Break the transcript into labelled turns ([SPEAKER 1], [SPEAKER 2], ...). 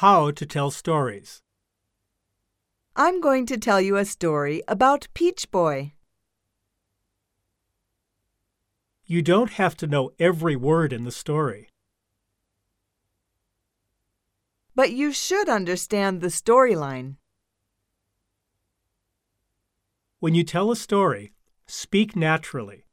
[SPEAKER 1] How to tell stories.
[SPEAKER 2] I'm going to tell you a story about Peach Boy.
[SPEAKER 1] You don't have to know every word in the story.
[SPEAKER 2] But you should understand the storyline.
[SPEAKER 1] When you tell a story, speak naturally.